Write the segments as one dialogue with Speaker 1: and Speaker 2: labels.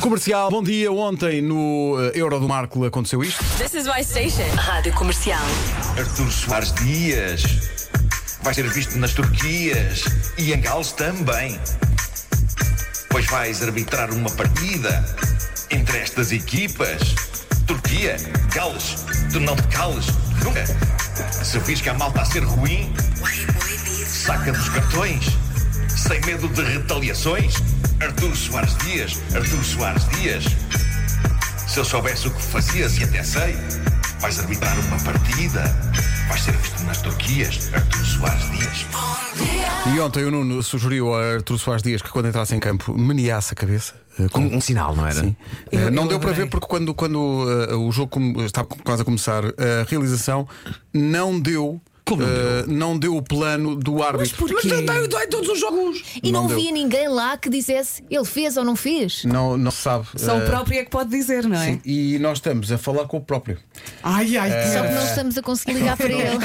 Speaker 1: Comercial, bom dia. Ontem no eh, Euro do Marco aconteceu isto.
Speaker 2: This is my station.
Speaker 3: Rádio Comercial.
Speaker 4: Artur Soares Dias vai ser visto nas Turquias e em Gales também. Pois vais arbitrar uma partida entre estas equipas. Turquia, Gales, tu não te cales nunca. Se vis que a malta a ser ruim, saca dos cartões, sem medo de retaliações. Artur Soares Dias, Artur Soares Dias. Se eu soubesse o que fazias, e até sei, vais arbitrar uma partida. Vais ser visto nas Turquias, Artur Soares Dias.
Speaker 1: E ontem o Nuno sugeriu a Artur Soares Dias que quando entrasse em campo meneasse a cabeça. eh, com-
Speaker 5: Um, um sinal, não era?
Speaker 1: Sim. Eh,
Speaker 6: Eu-
Speaker 1: não
Speaker 6: eu
Speaker 1: deu para
Speaker 6: adorei.
Speaker 1: ver porque quando, quando eh, o jogo come- estava quase a começar, a realização não deu.
Speaker 5: Como não
Speaker 1: eh, não deu o plano do árbitro.
Speaker 6: porquê?
Speaker 1: Mas dá- dá em todos os jogos.
Speaker 7: E não,
Speaker 1: deu.
Speaker 7: havia ninguém lá que dissesse ele fez ou não fez.
Speaker 1: Não, não se sabe.
Speaker 6: Só
Speaker 1: eh,
Speaker 6: o próprio é que pode dizer, não é?
Speaker 1: sim. E nós estamos a falar com o próprio.
Speaker 6: Ai, ai,
Speaker 1: É.
Speaker 6: que
Speaker 7: Só que não estamos a conseguir ligar para ele.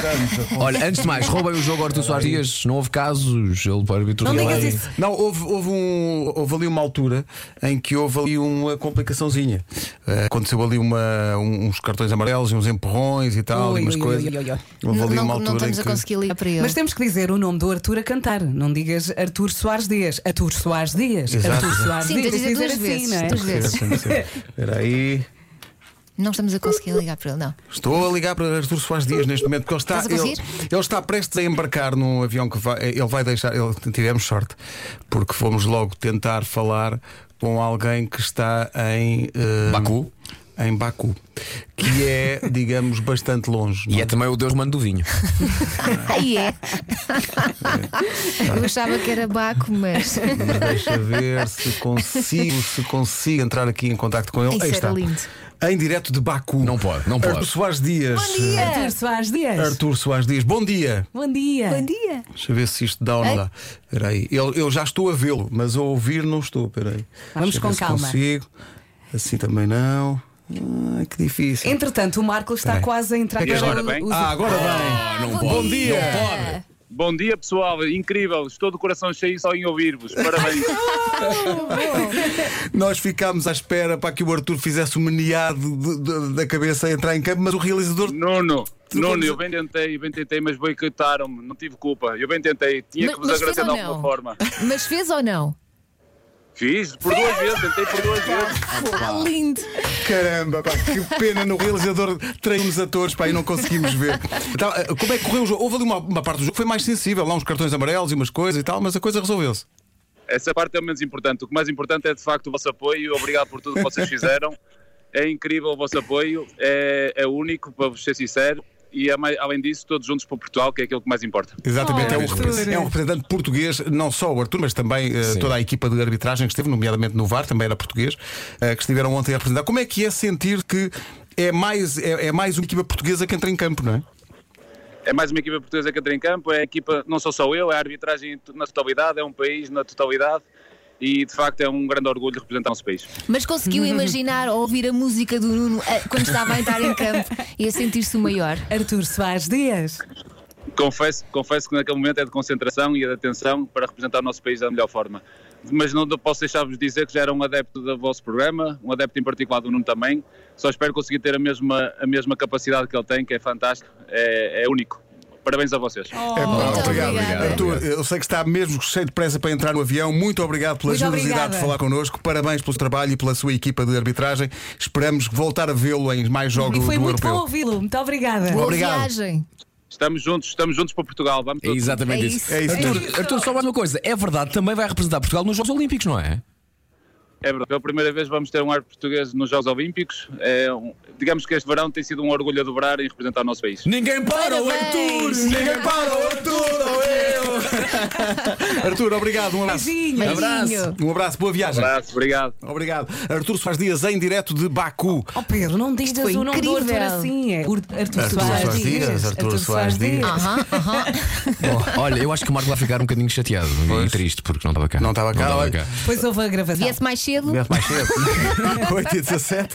Speaker 5: Olha, antes de mais, roubem o jogo ao Artur Soares Dias, não houve casos, ele para árbitro.
Speaker 6: Não
Speaker 5: ele-
Speaker 6: digas isso.
Speaker 1: Não, houve, houve, um, houve ali uma altura em que houve ali uma complicaçãozinha. Eh, aconteceu ali uma, um- uns cartões amarelos e uns empurrões e tal,
Speaker 6: Ui,
Speaker 1: e umas
Speaker 6: ui,
Speaker 1: coisas.
Speaker 6: ui, ui, ui.
Speaker 1: Houve ali
Speaker 7: não,
Speaker 1: uma
Speaker 7: não, não
Speaker 1: altura em
Speaker 7: estamos a
Speaker 1: que.
Speaker 7: conseguir ligar para ele.
Speaker 6: Mas temos que dizer o nome do Arthur a cantar. Não digas Arthur Soares Dias. Arthur Soares Dias.
Speaker 1: Exato.
Speaker 6: Arthur Soares
Speaker 7: Sim,
Speaker 6: Dias.
Speaker 7: tens de dizer duas
Speaker 6: assim,
Speaker 7: vezes.
Speaker 6: não é?
Speaker 7: duas vezes.
Speaker 1: Espera aí.
Speaker 7: Não estamos a conseguir ligar para ele, não.
Speaker 1: Estou a ligar para Artur Soares Dias neste momento, porque ele está,
Speaker 7: Estás a
Speaker 1: ele,
Speaker 7: conseguir?
Speaker 1: ele está prestes a embarcar num avião que vai. Ele vai deixar. Ele, tivemos sorte, porque fomos logo tentar falar com alguém que está em. eh,
Speaker 5: Baku?
Speaker 1: Em Baku, que é, digamos, bastante longe.
Speaker 5: E é também o Deus mano do vinho.
Speaker 7: Aí é. Eu achava que era Baco, mas.
Speaker 1: Mas deixa ver se consigo, se consigo entrar aqui em contacto com ele.
Speaker 7: Isso
Speaker 1: Aí
Speaker 7: era
Speaker 1: está.
Speaker 7: lindo.
Speaker 1: Em direto de Baku.
Speaker 5: Não pode, não pode.
Speaker 1: Artur Soares Dias.
Speaker 7: Bom dia!
Speaker 6: Arthur Soares Dias.
Speaker 1: Artur Soares Dias, bom dia.
Speaker 6: Bom dia.
Speaker 7: Bom dia!
Speaker 1: Deixa eu ver se isto dá ou não
Speaker 7: Ei.
Speaker 1: dá. Espera aí. Eu, eu já estou a vê-lo, mas a ouvir não estou. Espera aí. Deixa
Speaker 6: Vamos
Speaker 1: eu
Speaker 6: com
Speaker 1: ver se
Speaker 6: calma.
Speaker 1: Consigo. Assim também não. Ai, que difícil.
Speaker 6: Entretanto, o Marco está
Speaker 1: Espera aí.
Speaker 6: quase a entrar
Speaker 1: É que
Speaker 8: agora
Speaker 6: para
Speaker 8: bem?
Speaker 6: os-
Speaker 1: Ah, agora bem.
Speaker 5: não
Speaker 1: bom dia.
Speaker 8: Bom dia, pessoal. Incrível. Estou do coração cheio só em ouvir-vos. Parabéns.
Speaker 1: Nós ficámos à espera para que o Arthur fizesse o meneado de- de- da cabeça a entrar em campo, mas o realizador
Speaker 8: Nuno,
Speaker 1: Tu
Speaker 8: Nuno,
Speaker 1: vamos-
Speaker 8: eu bem tentei, bem tentei, mas boicotaram-me. Não tive culpa. Eu bem tentei. Tinha
Speaker 7: Mas-
Speaker 8: que vos
Speaker 7: mas fez
Speaker 8: agradecer de
Speaker 7: ou
Speaker 8: alguma
Speaker 7: não?
Speaker 8: forma.
Speaker 7: Mas fez ou não?
Speaker 8: Fiz por duas vezes, tentei por duas vezes.
Speaker 7: Ah, lindo!
Speaker 1: Caramba, pá, que pena no realizador traímos a todos pá, e não conseguimos ver. Então, eh, como é que correu o jogo? Houve ali uma, uma parte do jogo que foi mais sensível, lá uns cartões amarelos e umas coisas e tal, mas a coisa resolveu-se.
Speaker 8: Essa parte é o menos importante. O que mais importante é de facto o vosso apoio. Obrigado por tudo que vocês fizeram. É incrível o vosso apoio. É, é único, para vos ser sincero. E é mai- além disso, todos juntos para Portugal, que é aquilo que mais importa.
Speaker 1: Exatamente,
Speaker 6: Oh,
Speaker 1: é, um,
Speaker 6: Arthur.
Speaker 1: repre- é um representante português, não só o Arthur, mas também eh, toda a equipa de arbitragem que esteve, nomeadamente no VAR, também era português, eh, que estiveram ontem a representar. Como é que é sentir que é mais, é, é mais uma equipa portuguesa que entra em campo, não é?
Speaker 8: É mais uma equipa portuguesa que entra em campo, é a equipa, não sou só eu, é a arbitragem na totalidade, é um país na totalidade e de facto é um grande orgulho representar o nosso país.
Speaker 7: Mas conseguiu imaginar ou ouvir a música do Nuno eh, quando estava a entrar em campo e a sentir-se o maior?
Speaker 6: Arthur Soares Dias.
Speaker 8: Confesso, confesso que naquele momento é de concentração e é de atenção para representar o nosso país da melhor forma. Mas não posso deixar-vos de dizer que já era um adepto do vosso programa, um adepto em particular do Nuno também. Só espero conseguir ter a mesma, a mesma capacidade que ele tem, que é fantástico, é, é único. Parabéns a vocês.
Speaker 6: Oh,
Speaker 1: É pá,
Speaker 7: Muito
Speaker 1: obrigado,
Speaker 7: obrigada.
Speaker 1: Arthur, eu sei que está mesmo cheio de pressa para entrar no avião. Muito obrigado pela
Speaker 6: Muito
Speaker 1: generosidade
Speaker 6: obrigada.
Speaker 1: de falar connosco. Parabéns pelo seu trabalho e pela sua equipa de arbitragem. Esperamos voltar a vê-lo em mais jogos
Speaker 6: E foi
Speaker 1: do
Speaker 6: muito
Speaker 1: Europeu.
Speaker 6: bom ouvi-lo. Muito obrigada.
Speaker 7: Boa
Speaker 1: Obrigado.
Speaker 7: viagem!
Speaker 8: Estamos juntos, estamos juntos para Portugal. Vamos
Speaker 5: É
Speaker 8: todos.
Speaker 5: exatamente
Speaker 7: É
Speaker 5: isso.
Speaker 7: isso.
Speaker 1: É isso mesmo.
Speaker 5: Artur, Artur, só mais uma coisa, é verdade, também vai representar Portugal nos Jogos Olímpicos, não é?
Speaker 8: É verdade. Pela primeira vez vamos ter um árbitro português nos Jogos Olímpicos. É um- digamos que este verão tem sido um orgulho a dobrar em representar o nosso país.
Speaker 5: Ninguém para o
Speaker 7: Parabéns.
Speaker 5: Artur! Ninguém para o Artur! ou eu!
Speaker 1: Arthur, obrigado. Um abraço.
Speaker 6: Beijinho.
Speaker 7: Beijinho!
Speaker 1: Um abraço, boa
Speaker 8: Um
Speaker 1: viagem.
Speaker 8: abraço, obrigado.
Speaker 1: Obrigado. Arthur Soares Dias em direto de Baku.
Speaker 6: Oh Pedro, não digas
Speaker 7: foi
Speaker 6: o nome do Arthur
Speaker 7: incrível.
Speaker 6: assim. É Ur- Arthur,
Speaker 1: Arthur Soares Dias, Arthur Soares Dias.
Speaker 7: Aham, aham.
Speaker 5: Olha, eu acho que o Marco vai ficar um bocadinho chateado e triste porque não estava cá.
Speaker 1: Não estava cá, olha.
Speaker 6: Depois houve a gravação.
Speaker 7: Viesse mais cedo?
Speaker 1: Viesse mais cedo. 8 e 17.